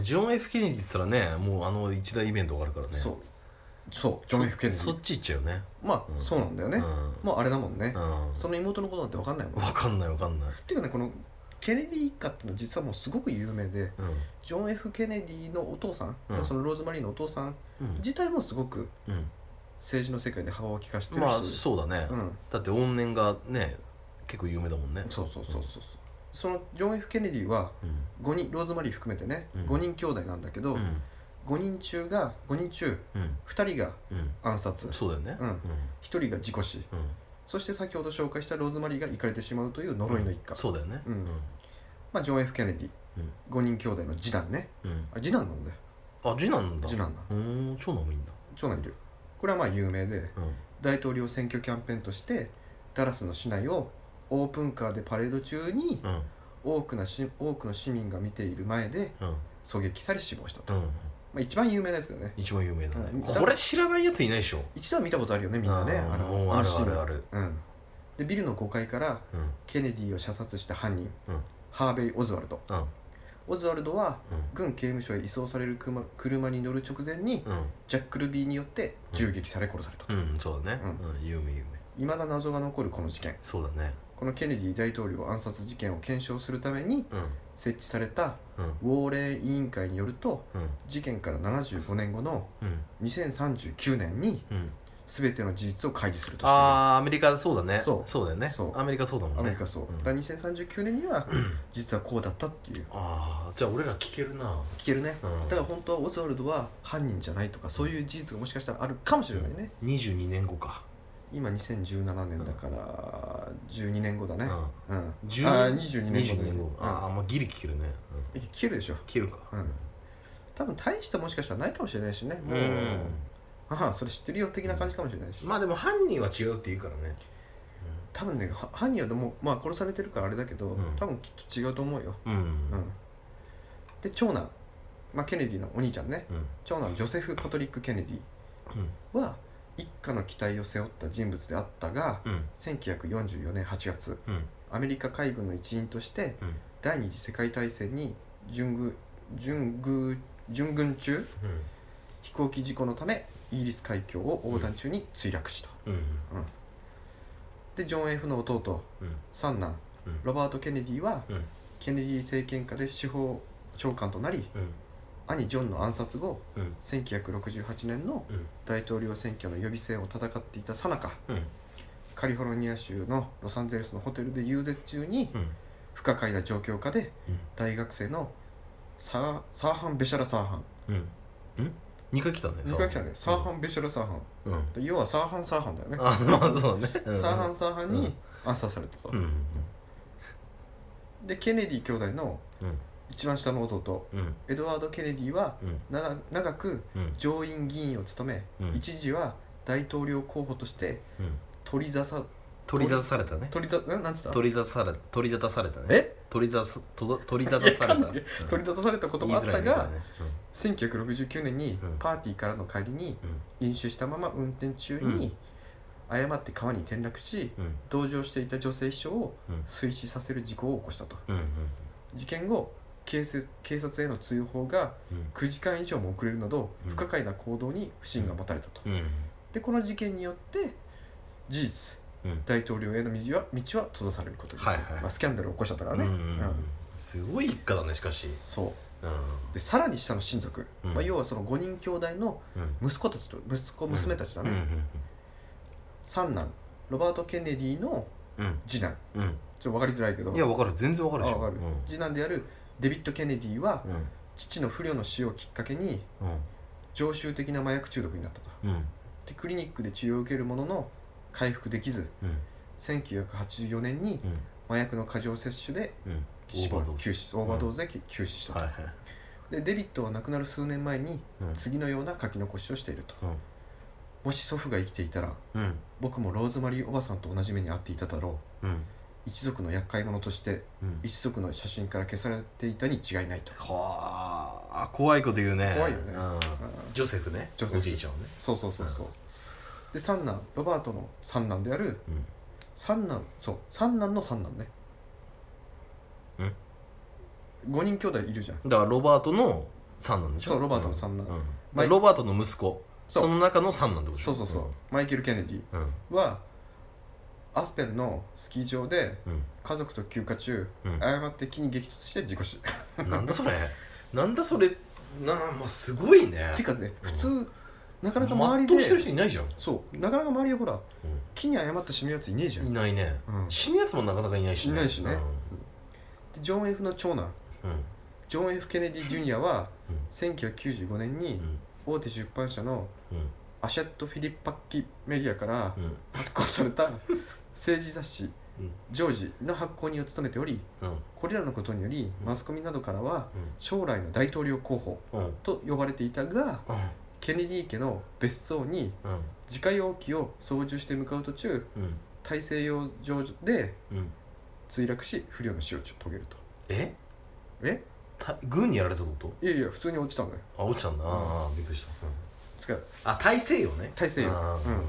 Speaker 2: うジョン・ F ・ケネディって言ったらねもうあの一大イベントがあるからね
Speaker 1: そううそうジョン・ F ・ケネデ
Speaker 2: そ
Speaker 1: ィ
Speaker 2: っち行っちゃうよね
Speaker 1: まあ、
Speaker 2: うん
Speaker 1: そうなんだよね、
Speaker 2: うん
Speaker 1: もうあれだもんね、
Speaker 2: うん
Speaker 1: その妹のことなんて分かんないもんっ
Speaker 2: わかんないわかんない
Speaker 1: ていうかねこのケネディ一家ってのは実はもうすごく有名で
Speaker 2: うん
Speaker 1: ジョン・ F ・ケネディのお父さん、
Speaker 2: うん
Speaker 1: そのローズマリーのお父さん
Speaker 2: うん
Speaker 1: 自体もすごく
Speaker 2: うん
Speaker 1: 政治の世界で幅を利かしてる人
Speaker 2: まあ
Speaker 1: で
Speaker 2: そうだね
Speaker 1: うん、
Speaker 2: だって怨念がね結構有名だもんね
Speaker 1: そうそうそうそうそうそのジョン・ F ・ケネディは
Speaker 2: うん
Speaker 1: 5人ローズマリー含めてね、
Speaker 2: うん
Speaker 1: 5人兄弟なんだけど、
Speaker 2: うん
Speaker 1: 5人中が5人中
Speaker 2: うん
Speaker 1: 2人が
Speaker 2: うん
Speaker 1: 暗殺1
Speaker 2: そうだよね
Speaker 1: うん
Speaker 2: うん
Speaker 1: 人が事故死
Speaker 2: うん
Speaker 1: そして先ほど紹介したローズマリーが行かれてしまうという呪いの一家、
Speaker 2: そうだよね
Speaker 1: うんまあ、ジョン・ F ・ケネディ、
Speaker 2: うん
Speaker 1: 5人兄弟の次男ね
Speaker 2: うんうん
Speaker 1: あ次男なんだよ
Speaker 2: あ次男なんだ
Speaker 1: 次男だ
Speaker 2: うーん長男もいいんだ
Speaker 1: 長男いるこれはまあ有名で
Speaker 2: うん
Speaker 1: 大統領選挙キャンペーンとしてダラスの市内をオープンカーでパレード中に
Speaker 2: うん
Speaker 1: 多くなし多くの市民が見ている前で
Speaker 2: うん
Speaker 1: 狙撃され死亡したと、
Speaker 2: うん
Speaker 1: まあ、一番有名なやつだよね
Speaker 2: 一番有名だ
Speaker 1: うん
Speaker 2: ねこれ知らないやついないでしょ
Speaker 1: 一度は見たことあるよねみんなね
Speaker 2: うん
Speaker 1: あ
Speaker 2: うん
Speaker 1: のあ
Speaker 2: あ
Speaker 1: の
Speaker 2: る
Speaker 1: シーン
Speaker 2: あるある
Speaker 1: うん、でビルの5階から
Speaker 2: うんうん
Speaker 1: ケネディを射殺した犯人、
Speaker 2: うん
Speaker 1: ハーベイ・オズワルド
Speaker 2: うん
Speaker 1: オズワルドは軍刑務所へ移送される車車に乗る直前に
Speaker 2: うん
Speaker 1: ジャック・ルビーによって銃撃され殺されたと
Speaker 2: うんうんそうだね
Speaker 1: うん
Speaker 2: うん有名有名
Speaker 1: いまだ謎が残るこの事件
Speaker 2: そうだね
Speaker 1: このケネディ大統領暗殺事件を検証するために
Speaker 2: うん
Speaker 1: 設置された
Speaker 2: うん
Speaker 1: ウォーレーン委員会によると
Speaker 2: うん
Speaker 1: 事件から75年後の
Speaker 2: うん
Speaker 1: 2039年に
Speaker 2: うん
Speaker 1: 全ての事実を開示するとしている
Speaker 2: あーアメリカそうだね
Speaker 1: そ
Speaker 2: そううだよね
Speaker 1: そう
Speaker 2: アメリカそうだもんね
Speaker 1: アメリカそう、
Speaker 2: ん
Speaker 1: だから2039年には実はこうだったっていう
Speaker 2: ああじゃあ俺ら聞けるな
Speaker 1: 聞けるね、
Speaker 2: うん
Speaker 1: だから本当はオズワルドは犯人じゃないとかそういう事実がもしかしたらあるかもしれないね、
Speaker 2: 22年後か
Speaker 1: 今2017年だから12年後だね
Speaker 2: うん
Speaker 1: うん、
Speaker 2: 10
Speaker 1: あー22年後
Speaker 2: 22年後
Speaker 1: うん
Speaker 2: ああまあギリ聞けるねうん
Speaker 1: 聞けるでしょ
Speaker 2: 聞けるか
Speaker 1: うん多分大したもしかしたらないかもしれないしねもう、
Speaker 2: うん
Speaker 1: ああそれ知ってるよ的な感じかもしれないし、
Speaker 2: まあでも犯人は違うって言うからね
Speaker 1: 多分ねは犯人はでもまあ殺されてるからあれだけど、
Speaker 2: うん
Speaker 1: 多分きっと違うと思うよ
Speaker 2: うん
Speaker 1: うんで長男まあ、ケネディのお兄ちゃんね
Speaker 2: うん
Speaker 1: 長男ジョセフ・パトリック・ケネディは一家の期待を背負った人物であったが
Speaker 2: うん
Speaker 1: 1944年8月
Speaker 2: うん
Speaker 1: アメリカ海軍の一員として
Speaker 2: うん
Speaker 1: 第二次世界大戦に準軍準軍準軍中飛行機事故のためイギリス海峡を横断中に墜落した
Speaker 2: うんうん
Speaker 1: でジョン・ F の弟
Speaker 2: うん
Speaker 1: 三男
Speaker 2: うん
Speaker 1: ロバート・ケネディは
Speaker 2: うん
Speaker 1: ケネディ政権下で司法長官となり
Speaker 2: うん
Speaker 1: 兄ジョンの暗殺後
Speaker 2: うん
Speaker 1: 1968年の
Speaker 2: うん
Speaker 1: 大統領選挙の予備選を戦っていたさなか
Speaker 2: うん
Speaker 1: カリフォルニア州のロサンゼルスのホテルで遊説中に
Speaker 2: うん
Speaker 1: 不可解な状況下で
Speaker 2: うん
Speaker 1: 大学生のサーサーハン・ベシャラ・サーハン
Speaker 2: うんうん2回来たね
Speaker 1: 2回来たねサーハン・ベシャラ・サーハン
Speaker 2: ンうん
Speaker 1: で要はサーハン・サーハンだよね
Speaker 2: あまあそうねうん
Speaker 1: サーハン・サーハン
Speaker 2: うん
Speaker 1: に暗殺されてた
Speaker 2: うん
Speaker 1: でケネディ兄弟の
Speaker 2: うん
Speaker 1: 一番下の弟
Speaker 2: うん
Speaker 1: エドワード・ケネディは
Speaker 2: うん
Speaker 1: 長長く
Speaker 2: うん
Speaker 1: 上院議員を務め、
Speaker 2: うん
Speaker 1: 一時は大統領候補として
Speaker 2: うん
Speaker 1: 取りざさ
Speaker 2: 取り出されたね
Speaker 1: 取りだんなんつった
Speaker 2: 取り出され取り出されたね
Speaker 1: え
Speaker 2: 取り出すとど取り出された
Speaker 1: いや取り出されたこともあった
Speaker 2: 言いづら
Speaker 1: が、
Speaker 2: いねこれね
Speaker 1: 1969年に
Speaker 2: うん
Speaker 1: パーティーからの帰りに
Speaker 2: うん
Speaker 1: 飲酒したまま運転中
Speaker 2: う
Speaker 1: に誤って川に転落し
Speaker 2: うん
Speaker 1: 同乗していた女性秘書を
Speaker 2: うん
Speaker 1: 水死させる事故を起こしたと
Speaker 2: うんうん
Speaker 1: 事件後警察警察への通報が
Speaker 2: うん
Speaker 1: 9時間以上も遅れるなど
Speaker 2: うん
Speaker 1: 不可解な行動に不審が持たれたと、
Speaker 2: うん
Speaker 1: でこの事件によって事実
Speaker 2: うん
Speaker 1: 大統領への道は道は閉ざされることになる、
Speaker 2: はいはい
Speaker 1: まあ、スキャンダルを起こしちゃったからね、
Speaker 2: うんう
Speaker 1: うんん
Speaker 2: すごい一家だねしかし
Speaker 1: そう
Speaker 2: うん
Speaker 1: でさらに下の親族、
Speaker 2: うん
Speaker 1: まあ、要はその5人兄弟の
Speaker 2: うん
Speaker 1: 息子たちと息子娘たちだね、
Speaker 2: うん
Speaker 1: 三男ロバート・ケネディの
Speaker 2: うんうん
Speaker 1: 次男
Speaker 2: うんうん
Speaker 1: ちょっと分かりづらいけど
Speaker 2: いやわかる全然わかるでし
Speaker 1: あ
Speaker 2: ょ
Speaker 1: わかる、次男であるデビッド・ケネディは
Speaker 2: うんうん
Speaker 1: 父の不慮の死をきっかけに常習的な麻薬中毒になったと
Speaker 2: うん
Speaker 1: でクリニックで治療を受けるものの回復できず
Speaker 2: うん
Speaker 1: 1984年に
Speaker 2: うん
Speaker 1: 麻薬の過剰摂取で
Speaker 2: うん
Speaker 1: 死亡
Speaker 2: オーバードーズ
Speaker 1: 急死オーバードーズで急死したと、
Speaker 2: はいはい
Speaker 1: でデビッドは亡くなる数年前に
Speaker 2: うん
Speaker 1: 次のような書き残しをしているともし祖父が生きていたら
Speaker 2: うん
Speaker 1: 僕もローズマリーおばさんと同じ目に遭っていただろ
Speaker 2: うん
Speaker 1: う一族の厄介者として
Speaker 2: うん
Speaker 1: 一族の写真から消されていたに違いないと
Speaker 2: はあ怖いこと言うね
Speaker 1: 怖いよね
Speaker 2: うん
Speaker 1: あー
Speaker 2: ジョセフね
Speaker 1: ジョセフ
Speaker 2: おじいちゃんをね
Speaker 1: そうそうそうそうで三男ロバートの三男である
Speaker 2: うん
Speaker 1: 三男そう三男の三男ね
Speaker 2: うん
Speaker 1: 5人兄弟いるじゃん
Speaker 2: だからロバートの三男でしょ
Speaker 1: そうロバートの三男
Speaker 2: うんうん
Speaker 1: マイ
Speaker 2: でロバートの息子
Speaker 1: そう
Speaker 2: その中の三男ってことでし
Speaker 1: そ
Speaker 2: ょ
Speaker 1: うそうそう、マイケル・ケネディ
Speaker 2: うんうん
Speaker 1: はアスペンのスキー場で
Speaker 2: うん
Speaker 1: 家族と休暇中
Speaker 2: うん
Speaker 1: 誤って木に激突して事故死
Speaker 2: なんだそれなんだそれなあまあすごいね
Speaker 1: てかね
Speaker 2: うん
Speaker 1: 普通なか
Speaker 2: な
Speaker 1: なか周りで
Speaker 2: してる人いないじゃん、
Speaker 1: そうなかなか周りはほら木に誤って死ぬやついねえじゃん
Speaker 2: いないね、
Speaker 1: うん
Speaker 2: 死ぬやつもなかなかいないしね
Speaker 1: いないしねでジョン・ F の長男
Speaker 2: うんうん
Speaker 1: ジョン・ F ・ケネディ・ジュニアは
Speaker 2: うん
Speaker 1: 1995年に大手出版社の
Speaker 2: うん
Speaker 1: アシェット・フィリッパッキメディアから
Speaker 2: うん
Speaker 1: 発行され た政治雑誌
Speaker 2: うん
Speaker 1: 「ジョージ」の発行人を務めており
Speaker 2: うん
Speaker 1: これらのことにより
Speaker 2: うん
Speaker 1: マスコミなどからは
Speaker 2: うん
Speaker 1: 将来の大統領候補
Speaker 2: うん
Speaker 1: と呼ばれていたがケネディ家の別荘に
Speaker 2: うん
Speaker 1: 自家用機を操縦して向かう途中
Speaker 2: うん
Speaker 1: 大西洋上で
Speaker 2: うん
Speaker 1: 墜落し不良の死を遂げると
Speaker 2: え
Speaker 1: え
Speaker 2: た軍にやられたってこ
Speaker 1: いやいや普通に落ちたんだよ
Speaker 2: とあ落ちたんだ、あーびっくりした、うん
Speaker 1: つかっ
Speaker 2: あ大西洋ね
Speaker 1: 大西洋
Speaker 2: あー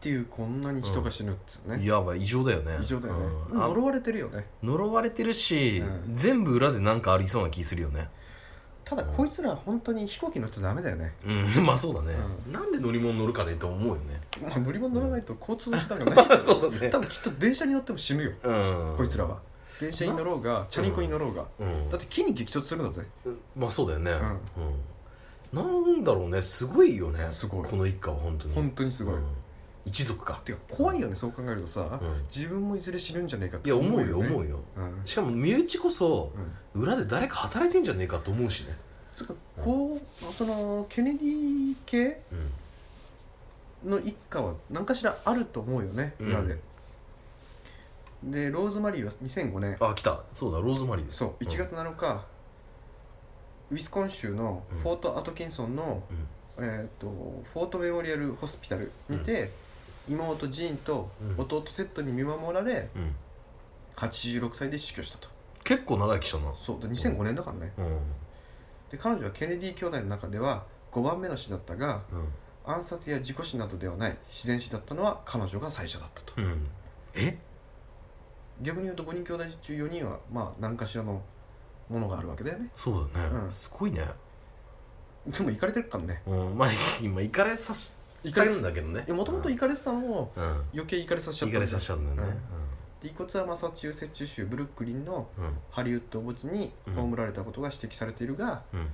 Speaker 1: ていうこんなに人が死ぬっつうね、
Speaker 2: いわば異常だよね
Speaker 1: 異常だよね、
Speaker 2: うんあ
Speaker 1: 呪われてるよね
Speaker 2: 呪われてるし、
Speaker 1: うん
Speaker 2: 全部裏でなんかありそうな気するよね
Speaker 1: ただこいつら本当に飛行機乗っちゃダメだよね、
Speaker 2: うんまあそうだね、
Speaker 1: う
Speaker 2: なんで乗り物乗るかねと思うよね
Speaker 1: まあ、乗り物乗らないと交通の手段がないから
Speaker 2: そうだね
Speaker 1: 多分きっと電車に乗っても死ぬよ、
Speaker 2: うん
Speaker 1: こいつらは電車に乗ろうがチャリンコに乗ろうが、
Speaker 2: うん
Speaker 1: だって木に激突するんだぜ
Speaker 2: まあそうだよねうん、なんだろうねすごいよね
Speaker 1: すごい
Speaker 2: この一家は本当に
Speaker 1: 本当にすごい、
Speaker 2: うん一族か
Speaker 1: てか怖いよねそう考えるとさ、
Speaker 2: うん
Speaker 1: 自分もいずれ死ぬんじゃねえかっ
Speaker 2: い
Speaker 1: て
Speaker 2: や思うよ
Speaker 1: ね
Speaker 2: 思うよ
Speaker 1: うん
Speaker 2: しかも身内こそ
Speaker 1: うん
Speaker 2: 裏で誰か働いてんじゃねえかと思うしね
Speaker 1: つうかこうそのケネディ系
Speaker 2: うん
Speaker 1: の一家は何かしらあると思うよね
Speaker 2: うん
Speaker 1: 裏で、でローズマリーは2005年
Speaker 2: あ来たそうだローズマリーです
Speaker 1: そう1月7日、ウィスコン州の
Speaker 2: うん
Speaker 1: フォート・アトキンソンの、えー、とフォート・メモリアル・ホスピタルにて、妹ジーンと
Speaker 2: うん
Speaker 1: 弟セットに見守られ
Speaker 2: うん、うん
Speaker 1: 86歳で死去したと
Speaker 2: 結構長生きしたな
Speaker 1: そうだ2005年だからね、
Speaker 2: うん
Speaker 1: で彼女はケネディ兄弟の中では5番目の死だったが
Speaker 2: う
Speaker 1: 暗殺や事故死などではない自然死だったのは彼女が最初だったと
Speaker 2: ん、うん、え
Speaker 1: 逆に言うと5人兄弟中4人はまあ何かしらのものがあるわけだよね
Speaker 2: そうだね、
Speaker 1: うん
Speaker 2: すごいね、
Speaker 1: でも行かれてるからね
Speaker 2: うん、まあ 今行かれさし
Speaker 1: 行
Speaker 2: 行
Speaker 1: か
Speaker 2: か
Speaker 1: れ
Speaker 2: れ
Speaker 1: る
Speaker 2: る
Speaker 1: ん
Speaker 2: ん
Speaker 1: だ
Speaker 2: だけどね
Speaker 1: いやもともと
Speaker 2: 行
Speaker 1: 行かれてたのを
Speaker 2: か,、うん、
Speaker 1: 余計行かれさせちゃったんだ
Speaker 2: 行かれさせちゃうんだよね
Speaker 1: で遺骨はマサチューセッツ州ブルックリンの
Speaker 2: うん
Speaker 1: ハリウッド墓地に葬られたことが指摘されているが、
Speaker 2: うん、うん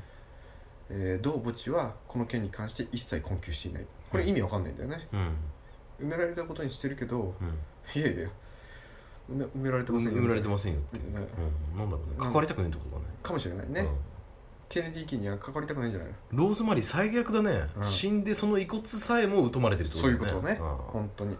Speaker 1: えー同墓地はこの件に関して一切困窮していないこれ意味わかんないんだよね
Speaker 2: うん
Speaker 1: 埋められたことにしてるけど
Speaker 2: うん
Speaker 1: いやいや埋め埋められてませんよ
Speaker 2: 埋められてませんよって、
Speaker 1: ね
Speaker 2: うん、なんだろうね関わりたくないってことだね、
Speaker 1: かもしれないね、
Speaker 2: うん
Speaker 1: ケネディ家には関わりたくないんじゃないの
Speaker 2: ローズマリー最悪だね、
Speaker 1: うん
Speaker 2: 死んでその遺骨さえも疎まれてるってこ
Speaker 1: そ
Speaker 2: と
Speaker 1: う
Speaker 2: だ
Speaker 1: いう
Speaker 2: よ
Speaker 1: こと
Speaker 2: ね
Speaker 1: ね
Speaker 2: うん
Speaker 1: 本当に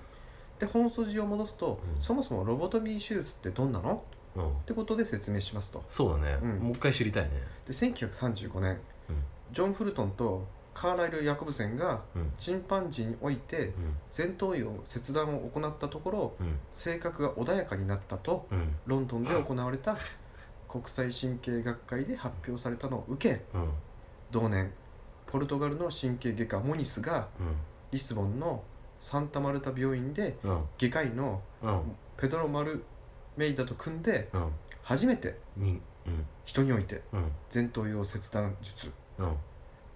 Speaker 1: で本筋を戻すと、
Speaker 2: うん
Speaker 1: そもそもロボトミー手術ってどんなの
Speaker 2: うん
Speaker 1: ってことで説明しますと
Speaker 2: そうだね、
Speaker 1: うん
Speaker 2: もう一回知りたいね
Speaker 1: で1935年、
Speaker 2: うん
Speaker 1: ジョン・フルトンとカーライル・ヤコブセンが
Speaker 2: うん
Speaker 1: チンパンジーにおいて前頭葉の切断を行ったところ
Speaker 2: うん
Speaker 1: 性格が穏やかになったと
Speaker 2: うんうん
Speaker 1: ロンドンで行われた国際神経学会で発表されたのを受け
Speaker 2: うん
Speaker 1: 同年ポルトガルの神経外科モニスが
Speaker 2: うん
Speaker 1: リスボンのサンタマルタ病院で
Speaker 2: うん
Speaker 1: 外科医の
Speaker 2: うん
Speaker 1: ペドロ・マルメイダと組んで
Speaker 2: うん
Speaker 1: 初めて
Speaker 2: にうん
Speaker 1: 人において
Speaker 2: うん
Speaker 1: 前頭葉切断術
Speaker 2: うん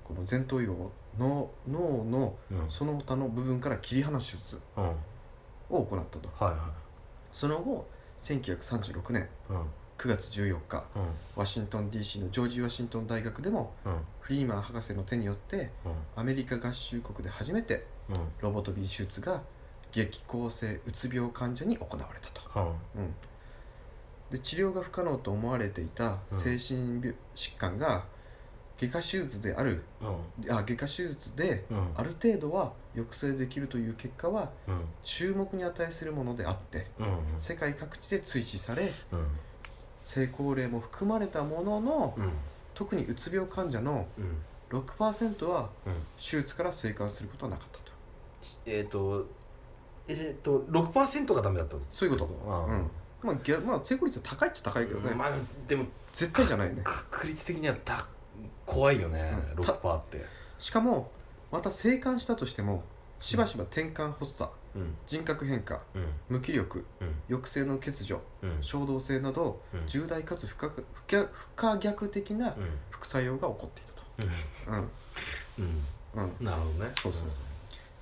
Speaker 1: この前頭葉の脳の
Speaker 2: うん
Speaker 1: その他の部分から切り離す手術
Speaker 2: うんはい
Speaker 1: を行ったと
Speaker 2: は
Speaker 1: その後1936年
Speaker 2: いうん
Speaker 1: 9月14日
Speaker 2: うん
Speaker 1: ワシントン DC のジョージ・ワシントン大学でも
Speaker 2: うん
Speaker 1: フリーマン博士の手によって
Speaker 2: うん
Speaker 1: アメリカ合衆国で初めて
Speaker 2: うん
Speaker 1: ロボトミー手術が激高性うつ病患者に行われたと、
Speaker 2: は
Speaker 1: うん、で治療が不可能と思われていた精神病疾患が外科手術である
Speaker 2: いうん
Speaker 1: あ外科手術で
Speaker 2: うん
Speaker 1: ある程度は抑制できるという結果は
Speaker 2: うん
Speaker 1: 注目に値するものであって
Speaker 2: うん
Speaker 1: 世界各地で追試され
Speaker 2: うん
Speaker 1: 成功例も含まれたものの
Speaker 2: うん
Speaker 1: 特にうつ病患者の
Speaker 2: うん
Speaker 1: 6%は
Speaker 2: うん
Speaker 1: 手術から生還することはなかったと
Speaker 2: えっとえっと6%がダメだったと
Speaker 1: そういうこと
Speaker 2: あ
Speaker 1: うんまあ、ぎゃまあ成功率は高いっちゃ高いけどね、
Speaker 2: まあでも
Speaker 1: 絶対じゃないね
Speaker 2: 確率的にはだ怖いよね
Speaker 1: うん
Speaker 2: 6%って
Speaker 1: しかもまた生還したとしてもしばしば転換発作
Speaker 2: うん
Speaker 1: 人格変化
Speaker 2: うん
Speaker 1: 無気力
Speaker 2: うん
Speaker 1: 抑制の欠如
Speaker 2: うん
Speaker 1: 衝動性など
Speaker 2: うん
Speaker 1: 重大かつ不可不可不可逆的な
Speaker 2: うん
Speaker 1: 副作用が起こっていたと、うん
Speaker 2: うん
Speaker 1: うん、
Speaker 2: なるほどね
Speaker 1: そうそうそう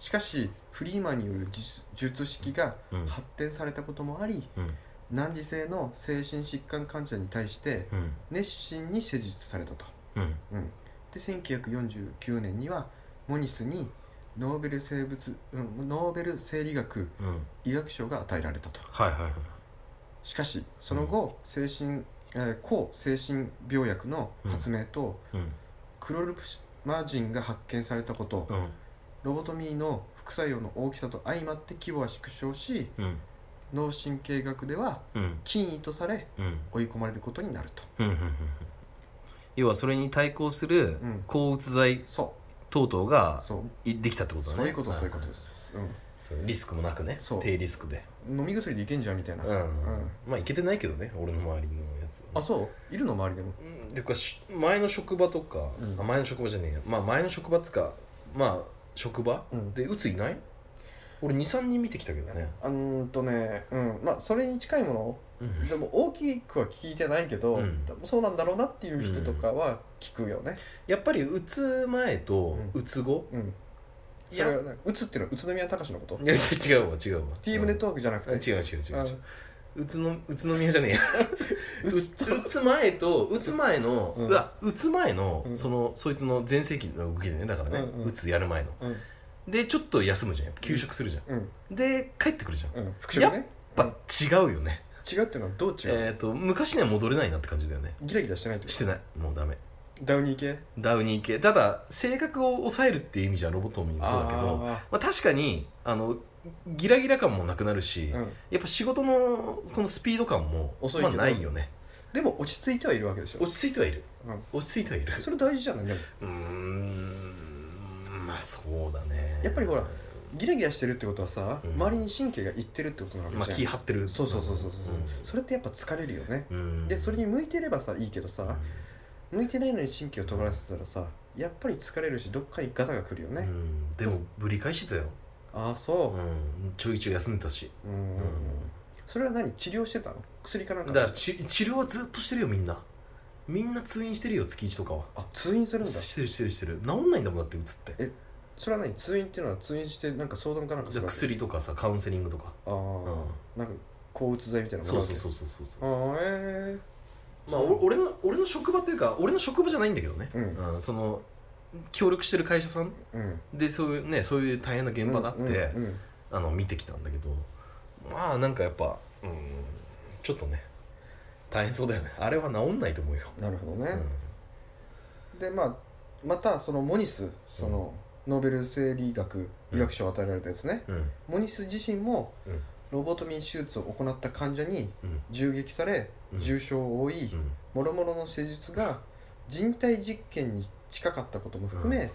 Speaker 1: しかしフリーマンによる術術式が
Speaker 2: うん
Speaker 1: 発展されたこともあり
Speaker 2: うん
Speaker 1: 難治性の精神疾患患者に対して
Speaker 2: うん
Speaker 1: 熱心に施術されたと
Speaker 2: うん
Speaker 1: うん、で1949年にはモニスにノーベル生物、うん、ノーベル生理学
Speaker 2: うん
Speaker 1: 医学賞が与えられたと
Speaker 2: はいはいはい
Speaker 1: しかしその後、精神えー抗精神病薬の発明と、
Speaker 2: うん
Speaker 1: クロルプシマジンが発見されたこと、
Speaker 2: うん
Speaker 1: ロボトミーの副作用の大きさと相まって規模は縮小し
Speaker 2: うん
Speaker 1: 脳神経学では
Speaker 2: うん
Speaker 1: 禁医とされ
Speaker 2: うん
Speaker 1: 追い込まれることになると
Speaker 2: うんうんうん要はそれに対抗する
Speaker 1: うん
Speaker 2: 抗うつ剤
Speaker 1: そ
Speaker 2: 等々
Speaker 1: う
Speaker 2: が
Speaker 1: そう
Speaker 2: いできたってことだね
Speaker 1: そういうことそういうこ
Speaker 2: ん
Speaker 1: とです、う
Speaker 2: そうリスクもなくね
Speaker 1: そう
Speaker 2: 低リスクで
Speaker 1: ん、飲み薬でいけんじゃんみたいな、
Speaker 2: うん
Speaker 1: うん
Speaker 2: まあいけてないけどね俺の周りのやつ
Speaker 1: あそういるの周りでも
Speaker 2: うんていうかし前の職場とか、
Speaker 1: うん
Speaker 2: あ前の職場じゃねえやまあ前の職場っつうかまあ職場、
Speaker 1: うん
Speaker 2: でうついない俺23人見てきたけどね
Speaker 1: うーんとねうんまあそれに近いも
Speaker 2: うん
Speaker 1: のでも大きくは聞いてないけど、
Speaker 2: うん
Speaker 1: 多分そうなんだろうなっていう人とかは聞くよね
Speaker 2: やっぱりうつ前と
Speaker 1: うん
Speaker 2: うつ後、
Speaker 1: うん、
Speaker 2: い
Speaker 1: そ
Speaker 2: や
Speaker 1: れはねうつっていうのは宇都宮隆のこと
Speaker 2: いや違うわ違うわ
Speaker 1: ティーブネットワークじゃなく
Speaker 2: うんあ違
Speaker 1: て、
Speaker 2: う違う違う違ううつの宇都宮じゃねえや
Speaker 1: う
Speaker 2: う
Speaker 1: つ
Speaker 2: つうつ前とうつ前の、
Speaker 1: う
Speaker 2: うんわうつ前の、
Speaker 1: うん
Speaker 2: そのそいつの全盛期の動きでねだからね、
Speaker 1: う
Speaker 2: うん
Speaker 1: うん
Speaker 2: つやる前の
Speaker 1: うん
Speaker 2: でちょっと休むじゃんやっぱ休職するじゃん、
Speaker 1: うん
Speaker 2: で帰ってくるじゃん、や
Speaker 1: うん復職ね
Speaker 2: っぱ違うよね
Speaker 1: 違うっていうのはどう違う、
Speaker 2: えー、と昔には戻れないなって感じだよね
Speaker 1: ギラギラしてないってこ
Speaker 2: してないもうダメ
Speaker 1: とダウニー系
Speaker 2: ダウニー系ただ性格を抑えるっていう意味じゃロボトミーもそうだけど
Speaker 1: あ
Speaker 2: まあ、確かにあのギラギラ感もなくなるし、
Speaker 1: ーう
Speaker 2: や
Speaker 1: ん、
Speaker 2: っぱ仕事のそのスピード感も
Speaker 1: 遅いけど
Speaker 2: まあ、ないよね
Speaker 1: でも落ち着いてはいるわけでしょ
Speaker 2: 落、ち着いてはいる
Speaker 1: うん、
Speaker 2: 落ち着いてはいる
Speaker 1: それ大事じゃないでも
Speaker 2: うーんまあそうだね
Speaker 1: やっぱりほらギラギラしてるってことはさ、
Speaker 2: うん
Speaker 1: 周りに神経がいってるってことなわけじ
Speaker 2: まあ
Speaker 1: ゃん
Speaker 2: 気張ってる
Speaker 1: そうそうそうそうそう、それってやっぱ疲れるよね、
Speaker 2: うん、うん
Speaker 1: でそれに向いてればさいいけどさ、
Speaker 2: うん
Speaker 1: 向いてないのに神経を尖らせてたらさやっぱり疲れるしどっかにガタが来るよね、
Speaker 2: うん、でもぶり返してたよ、
Speaker 1: ああ
Speaker 2: う
Speaker 1: そ
Speaker 2: ん、ちょいちょい休んでたし、
Speaker 1: ううん、
Speaker 2: う
Speaker 1: うん、それは何治療してたの薬かなんか
Speaker 2: だからち治療はずっとしてるよみんなみんな通院してるよ月1とかは
Speaker 1: あ通院するんだ
Speaker 2: してるしてるしてる治んないんだもんだってうつって
Speaker 1: えそれは何通院っていうのは通院してなんか相談かなんかす
Speaker 2: じゃ
Speaker 1: る
Speaker 2: あ
Speaker 1: わけ
Speaker 2: 薬とかさカウンセリングとか、
Speaker 1: ああ、
Speaker 2: うん、
Speaker 1: なんか抗うつ剤みたいなのも
Speaker 2: そ
Speaker 1: ら
Speaker 2: う
Speaker 1: わけ
Speaker 2: そうそうそうそうそう
Speaker 1: ああえ
Speaker 2: まあ、お俺の俺の職場っていうか俺の職場じゃないんだけどね、
Speaker 1: うん
Speaker 2: その協力してる会社さん
Speaker 1: えうん
Speaker 2: でそういうねそういう大変な現場があって、
Speaker 1: うんうんうん
Speaker 2: あの見てきたんだけどまあなんかやっぱうんちょっとね大変そうだよねあれは治んないと思うよ、
Speaker 1: なるほど
Speaker 2: う
Speaker 1: ね、
Speaker 2: ん
Speaker 1: でまあまたそのモニスその、ノーベル生理学医学賞を与えられたやつね、
Speaker 2: うん
Speaker 1: モニス自身も、
Speaker 2: うん
Speaker 1: ロボトミー手術を行った患者に
Speaker 2: うん
Speaker 1: 銃撃され、
Speaker 2: うん
Speaker 1: 重傷を負い、
Speaker 2: うん
Speaker 1: 諸々の施術が人体実験に近かったことも含め、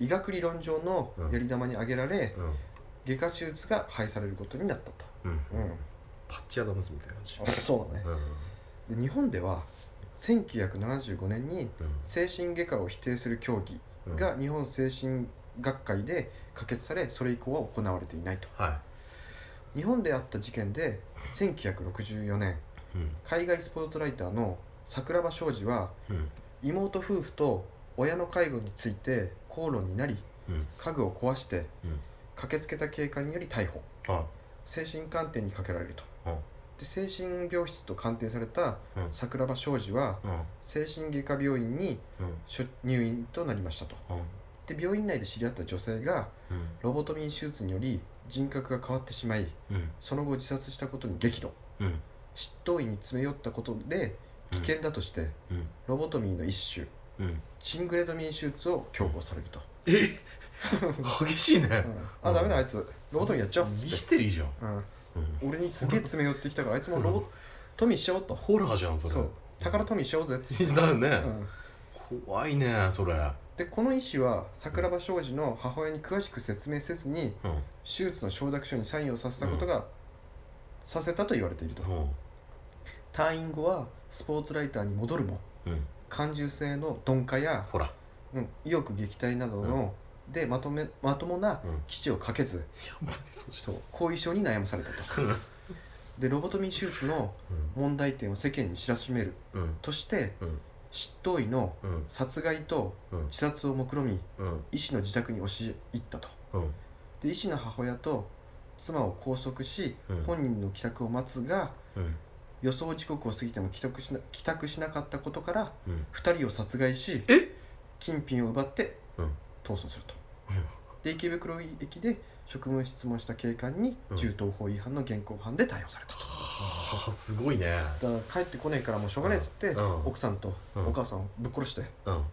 Speaker 1: 医学理論上のやり玉に挙げられ、
Speaker 2: うん
Speaker 1: 外科手術が廃されることになったと、
Speaker 2: うん
Speaker 1: うん、
Speaker 2: パッチアダムスみたいな感じ
Speaker 1: あそうだね
Speaker 2: うんうん
Speaker 1: で日本では1975年に精神外科を否定する協議
Speaker 2: うん
Speaker 1: が日本精神学会で可決されそれ以降は行われていないと
Speaker 2: は
Speaker 1: 日本であった事件で1964年
Speaker 2: いうん
Speaker 1: 海外スポーツライターの桜庭昌司は
Speaker 2: うん
Speaker 1: 妹夫婦と親の介護について口論になり
Speaker 2: うん
Speaker 1: 家具を壊して
Speaker 2: うん
Speaker 1: 駆けつけた警官により逮捕
Speaker 2: あ
Speaker 1: 精神鑑定にかけられると
Speaker 2: うん
Speaker 1: で精神病室と鑑定された
Speaker 2: うん
Speaker 1: 桜庭昌司は
Speaker 2: うん
Speaker 1: 精神外科病院に
Speaker 2: うん
Speaker 1: 所入院となりましたと
Speaker 2: うん
Speaker 1: で病院内で知り合った女性が
Speaker 2: うん
Speaker 1: ロボトミー手術により人格が変わってしまい
Speaker 2: うん
Speaker 1: その後自殺したことに激怒
Speaker 2: うん
Speaker 1: 執刀医に詰め寄ったことで危険だとして、
Speaker 2: うん
Speaker 1: ロボトミーの一種
Speaker 2: うん
Speaker 1: チングレドミー手術を強行されると、
Speaker 2: え激しいね
Speaker 1: うんあダメだあいつロボトミーやっちゃおうっ
Speaker 2: ミ
Speaker 1: つって
Speaker 2: ステリーじゃん、
Speaker 1: うん、
Speaker 2: うん、
Speaker 1: 俺にすげえ詰め寄ってきたからあいつもロボトミーしちゃおうと
Speaker 2: ホラーじゃんそれ
Speaker 1: そう宝トミーしちゃお うぜっつって、
Speaker 2: だよね、
Speaker 1: うん、
Speaker 2: 怖いねそれ
Speaker 1: でこの医師は桜庭昌司の母親に詳しく説明せずに
Speaker 2: うんうん
Speaker 1: 手術の承諾書にサインをさせたことが、させたと言われていると退院後はスポーツライターに戻るも
Speaker 2: うん
Speaker 1: 感受性の鈍化や、
Speaker 2: ほら
Speaker 1: うん、意欲撃退などの、でまとめまともな
Speaker 2: うん
Speaker 1: 基地をかけず
Speaker 2: やっぱりそうじ
Speaker 1: そう後遺症に悩まされた とでロボトミー手術の
Speaker 2: ゃん
Speaker 1: 問題点を世間に知らしめる
Speaker 2: うんうん
Speaker 1: として
Speaker 2: うん
Speaker 1: 執刀医の
Speaker 2: うん
Speaker 1: 殺害と
Speaker 2: うん
Speaker 1: 自殺を目論み
Speaker 2: うん
Speaker 1: 医師の自宅に押し入ったと
Speaker 2: うん
Speaker 1: で医師の母親と妻を拘束し、
Speaker 2: うん
Speaker 1: 本人の帰宅を待つが
Speaker 2: うん
Speaker 1: 予想時刻を過ぎても帰宅しな帰宅しなかったことから
Speaker 2: うん
Speaker 1: 2人を殺害し
Speaker 2: え
Speaker 1: 金品を奪って
Speaker 2: うん
Speaker 1: 逃走すると、
Speaker 2: うん
Speaker 1: で池袋駅で職務質問した警官に
Speaker 2: うん
Speaker 1: 銃刀法違反の現行犯で逮捕されたと、
Speaker 2: はあすごいね
Speaker 1: だから帰ってこねえからもうしょうがないっつって、
Speaker 2: うん
Speaker 1: 奥さんと
Speaker 2: うん
Speaker 1: お母さんをぶっ殺して、
Speaker 2: うん
Speaker 1: うん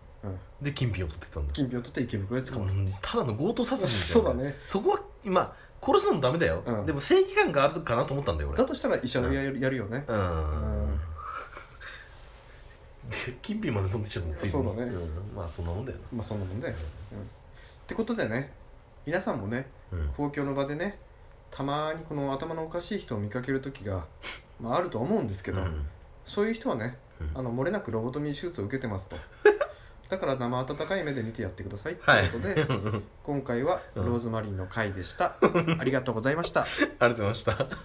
Speaker 2: で金品を取ってたんだ
Speaker 1: 金品を取って池袋で捕まる、
Speaker 2: うんただの強盗殺人じゃん
Speaker 1: そうだね
Speaker 2: そこは今殺すのもダメだよ、
Speaker 1: うん
Speaker 2: でも正義感があるかなと思ったんだよ俺
Speaker 1: だとしたら医者やるやるよね、
Speaker 2: うん、
Speaker 1: うん
Speaker 2: で金品まで飛んできちゃったのついに
Speaker 1: そうだね
Speaker 2: んまあそんなもんだよ
Speaker 1: まあそんなもんだよ、
Speaker 2: う
Speaker 1: うんってことでね皆さんもね
Speaker 2: なうん
Speaker 1: 公共の場でねたまにこの頭のおかしい人を見かける時が、まあ、あると思うんですけど、
Speaker 2: うん
Speaker 1: そういう人はね
Speaker 2: うん
Speaker 1: あの漏れなくロボトミー手術を受けてます とだから生温かい目で見てやってくださいと
Speaker 2: はいいう
Speaker 1: ことで今回は
Speaker 2: うん
Speaker 1: ローズマリーの回でした、ありがとうございました
Speaker 2: ありがとうございました